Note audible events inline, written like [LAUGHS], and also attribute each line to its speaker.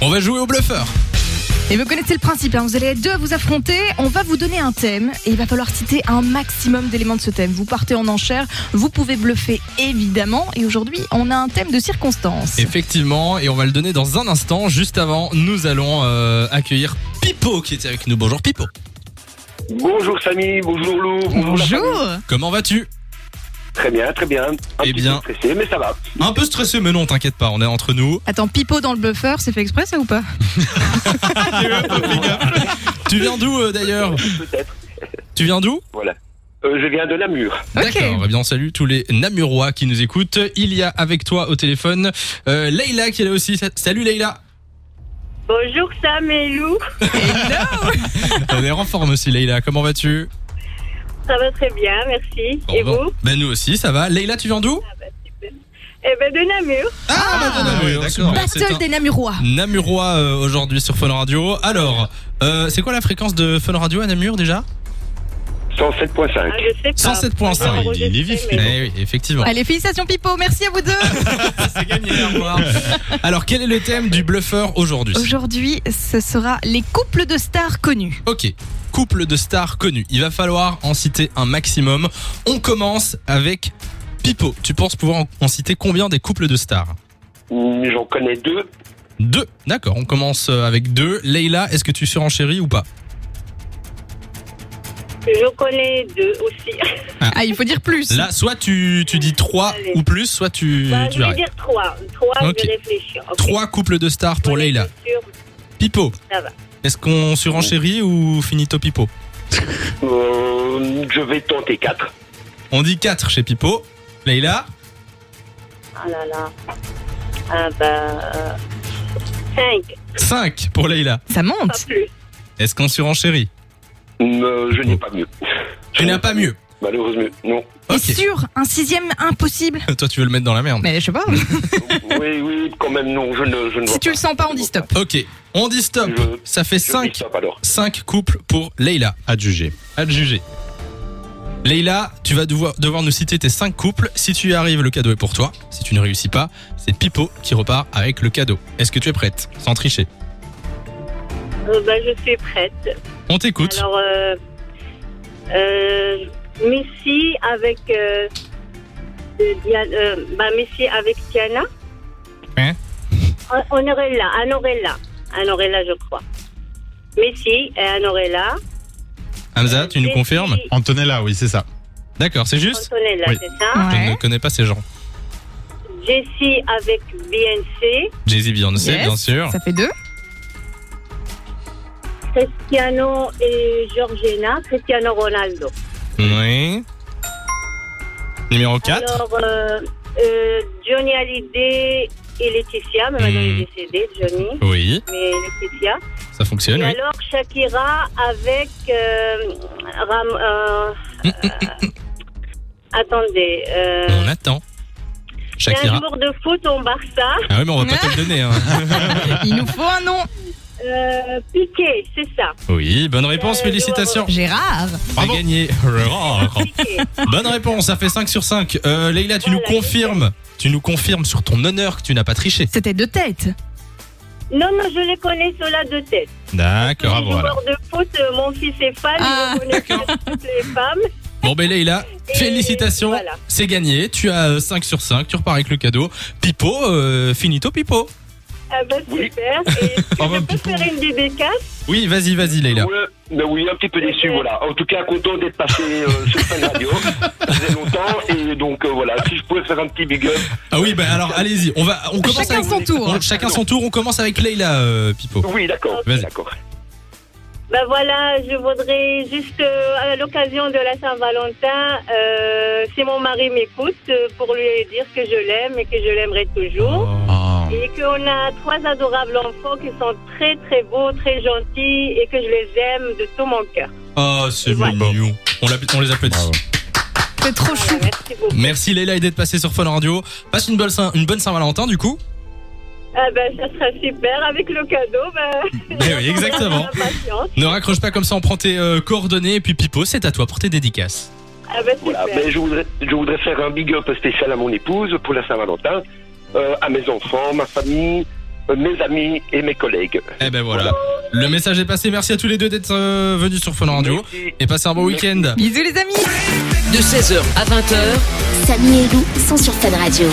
Speaker 1: On va jouer au bluffeur.
Speaker 2: Et vous connaissez le principe, hein, vous allez deux vous affronter, on va vous donner un thème et il va falloir citer un maximum d'éléments de ce thème. Vous partez en enchère, vous pouvez bluffer évidemment et aujourd'hui on a un thème de circonstance.
Speaker 1: Effectivement, et on va le donner dans un instant. Juste avant, nous allons euh, accueillir Pipo qui était avec nous. Bonjour Pipo.
Speaker 3: Bonjour Samy, bonjour Lou, bonjour. la famille.
Speaker 2: Bonjour
Speaker 1: Comment vas-tu
Speaker 3: Très bien, très bien. Un
Speaker 1: Eh
Speaker 3: petit
Speaker 1: bien.
Speaker 3: peu stressé, mais ça va.
Speaker 1: Un peu stressé, mais non, t'inquiète pas, on est entre nous.
Speaker 2: Attends, Pipo dans le bluffeur, c'est fait exprès ça ou pas
Speaker 1: Tu viens d'où euh, d'ailleurs
Speaker 3: Peut-être.
Speaker 1: Tu viens d'où
Speaker 3: Voilà. Euh, je viens de Namur.
Speaker 2: Ok.
Speaker 1: D'accord, eh bien on salue tous les Namurois qui nous écoutent. Il y a avec toi au téléphone euh, Leïla qui est là aussi. Salut Leïla
Speaker 4: Bonjour Sam et Lou,
Speaker 1: On est en forme aussi Leïla, comment vas-tu
Speaker 4: ça va très bien, merci. et
Speaker 1: Bon, bon.
Speaker 4: vous
Speaker 1: Ben nous aussi, ça va. Leïla, tu viens d'où
Speaker 4: Eh ben de Namur,
Speaker 1: Ah, bah,
Speaker 5: Ah,
Speaker 1: oui,
Speaker 5: d'accord.
Speaker 1: super, c'est
Speaker 2: Battle
Speaker 1: un
Speaker 2: des Namurois.
Speaker 1: Namurois euh, aujourd'hui sur Fun Radio. Alors, euh, c'est quoi la fréquence de Fun Radio à Namur déjà
Speaker 3: 107.5.
Speaker 4: Ah, je sais pas. Ah,
Speaker 1: 107.5.
Speaker 4: Pas
Speaker 5: Il est vif,
Speaker 4: enregistré, mais
Speaker 1: Eh oui, effectivement.
Speaker 2: Allez, félicitations Pipo, merci à vous
Speaker 1: Ah,
Speaker 2: deux.
Speaker 1: [LAUGHS] C'est gagné, Alors, quel est le thème du bluffeur aujourd'hui
Speaker 2: Aujourd'hui, ce sera les couples de stars connus.
Speaker 1: Ok, couple de stars connus. Il va falloir en citer un maximum. On commence avec Pipo. Tu penses pouvoir en- en citer combien des couples de stars
Speaker 3: Mm, J'en connais deux.
Speaker 1: Deux. D'accord, on commence euh, avec deux. Leïla, est-ce que tu surenchéris ou pas
Speaker 4: Je connais deux aussi.
Speaker 2: Ah, il faut dire plus.
Speaker 1: Là, soit tu, tu dis trois
Speaker 4: Allez.
Speaker 1: ou plus, soit tu,
Speaker 4: [LAUGHS] Bah,
Speaker 1: tu
Speaker 4: je vais
Speaker 1: arrêtes.
Speaker 4: dire trois. Trois,
Speaker 1: Ok.
Speaker 4: je réfléchis. Ok.
Speaker 1: Trois couples de stars pour
Speaker 4: On est
Speaker 1: Leïla.
Speaker 4: sûr.
Speaker 1: Pipo.
Speaker 4: Ça va.
Speaker 1: Est-ce qu'on surenchérit ou finito Pipo
Speaker 3: Euh, je vais tenter quatre.
Speaker 1: On dit 4 chez Pipo. Leïla
Speaker 4: Ah là là. Ah bah. euh, Cinq,
Speaker 1: 5 pour Leïla.
Speaker 2: Ça
Speaker 4: pas
Speaker 2: monte.
Speaker 4: plus.
Speaker 1: Est-ce qu'on surenchérit
Speaker 3: Mm, euh, je n'ai pas mieux.
Speaker 1: Tu n'as pas mieux.
Speaker 3: Malheureusement, non.
Speaker 2: Et
Speaker 1: Ah, Ok.
Speaker 2: sûr, un sixième impossible.
Speaker 1: [LAUGHS] Toi, tu veux le mettre dans la merde.
Speaker 2: Mais je
Speaker 1: [LAUGHS]
Speaker 2: sais pas.
Speaker 3: oui, oui, quand même, non. Je ne, je ne vois
Speaker 2: Si tu le sens pas, on dit stop.
Speaker 1: Ok. On dit stop.
Speaker 3: Je-
Speaker 1: Ça fait
Speaker 3: Je dis
Speaker 1: 5.
Speaker 3: stop, alors.
Speaker 1: 5 couples pour Leïla.
Speaker 5: Adjugé.
Speaker 1: À te juger. Leïla, tu vas devoir, devoir nous citer tes 5 couples. Si tu y arrives, le cadeau est pour toi. Si tu ne réussis pas, c'est Pipo qui repart avec le cadeau. Est-ce que tu es prête Sans tricher.
Speaker 4: Euh, bah, je suis prête.
Speaker 1: On t'écoute.
Speaker 4: Alors, euh, euh, Messi avec. euh, euh, Diane- euh, bah, Messi avec Tiana.
Speaker 1: Hein
Speaker 4: O- Honorella, Anorella. Anorella, je crois. Messi et Anorella.
Speaker 1: Hamza, tu nous
Speaker 4: Messi,
Speaker 1: confirmes
Speaker 5: Antonella, oui, c'est ça.
Speaker 1: D'accord, c'est juste
Speaker 4: Antonella,
Speaker 5: Oui.
Speaker 4: c'est ça.
Speaker 1: Je ne
Speaker 2: Ouais.
Speaker 1: connais pas ces gens.
Speaker 4: Jessie avec BNC.
Speaker 1: Jay-Z Beyoncé,
Speaker 2: Yes.
Speaker 1: bien sûr.
Speaker 2: Ça fait deux.
Speaker 4: Cristiano et Georgina. Cristiano Ronaldo.
Speaker 1: Oui. Numéro 4.
Speaker 4: Alors, euh, euh, Johnny Hallyday et Laetitia, mais maintenant il
Speaker 1: Hmm.
Speaker 4: est décédé, Johnny,
Speaker 1: Oui,
Speaker 4: mais Laetitia.
Speaker 1: ça
Speaker 4: Et
Speaker 1: fonctionne, Eh oui.
Speaker 4: alors, Shakira avec. euh, Ram, euh,
Speaker 1: Mm,
Speaker 4: euh, attendez. Euh,
Speaker 1: On attend.
Speaker 4: un
Speaker 1: Shakira.
Speaker 4: jour de foot en Barça.
Speaker 1: Ah oui, mais on va pas te le donner. hein.
Speaker 2: Il nous faut un nom.
Speaker 4: Euh, Piqué, c'est ça.
Speaker 1: Oui, bonne réponse,
Speaker 4: Euh,
Speaker 1: félicitations.
Speaker 2: Gérard.
Speaker 1: T'as
Speaker 5: Bravo.
Speaker 1: gagné. Oh.
Speaker 4: Piqué.
Speaker 1: bonne réponse, ça fait 5 sur 5. Euh, Leïla, tu nous
Speaker 4: Voilà,
Speaker 1: confirmes. Tu nous confirmes sur ton honneur que tu n'as pas triché.
Speaker 2: C'était deux têtes.
Speaker 4: non, non, je les connais ceux-là de tête.
Speaker 1: D'accord,
Speaker 4: les
Speaker 1: voilà.
Speaker 4: joueurs de foot, euh, mon fils est fan,
Speaker 2: Ah,
Speaker 4: je connais toutes les femmes.
Speaker 1: Bon, ben Leïla,
Speaker 4: Et
Speaker 1: félicitations.
Speaker 4: voilà.
Speaker 1: C'est gagné. Tu as 5 sur 5. Tu repars avec le cadeau. Pipo, euh, finito, Pipo.
Speaker 4: Ah bah
Speaker 3: Oui.
Speaker 4: super. Et est-ce que
Speaker 5: Ah bah,
Speaker 4: je peux
Speaker 5: Pipo.
Speaker 4: faire une dédicace
Speaker 1: Oui, vas-y, vas-y, Leïla.
Speaker 3: Ouais, mais oui, un petit peu déçu, voilà. En tout cas, content d'être passé euh, sur Fun Radio. Ça faisait longtemps. Et donc, euh, voilà, si je pouvais faire un petit big up.
Speaker 1: Ah oui, bah alors allez-y, on va, on commence
Speaker 2: Chacun
Speaker 1: avec
Speaker 2: son tour.
Speaker 1: on- chacun son tour. hein. On commence avec Leïla, euh, Pipo.
Speaker 3: Oui, d'accord.
Speaker 1: Vas-y.
Speaker 3: D'accord.
Speaker 4: Ben voilà, je voudrais juste euh, à l'occasion de la Saint-Valentin, euh, si mon mari m'écoute, euh, pour lui dire que je l'aime et que je l'aimerai toujours.
Speaker 5: Ah.
Speaker 4: Et qu'on a trois adorables enfants qui sont très très beaux, très gentils et que je les aime de tout mon cœur.
Speaker 1: Oh, c'est
Speaker 4: Ouais.
Speaker 1: mignon. On, l'app- on les applaudit.
Speaker 5: Bravo.
Speaker 2: C'est trop chou.
Speaker 4: Voilà, merci beaucoup.
Speaker 1: Merci Leïla et d'être passée sur Fun Radio. Passe une bonne Saint, une bonne Saint-Valentin du coup.
Speaker 4: Ah ben, ça sera super avec le cadeau. Ben,
Speaker 1: Eh oui, exactement.
Speaker 4: [LAUGHS] la patience.
Speaker 1: Ne raccroche pas comme ça, on prend tes euh, coordonnées et puis Pipo, c'est à toi pour tes dédicaces.
Speaker 4: Ah ben, super.
Speaker 3: Voilà, mais je voudrais, je voudrais faire un big up spécial à mon épouse pour la Saint-Valentin, euh, à mes enfants, ma famille, mes amis et mes collègues.
Speaker 1: Eh ben voilà. Le message est passé. Merci à tous les deux d'être euh, venus sur Fun Radio.
Speaker 3: Merci.
Speaker 1: Et passez un bon week-end.
Speaker 2: Bisous les amis
Speaker 5: De 16h à 20h,
Speaker 6: Samy et Lou sont sur Fan Radio.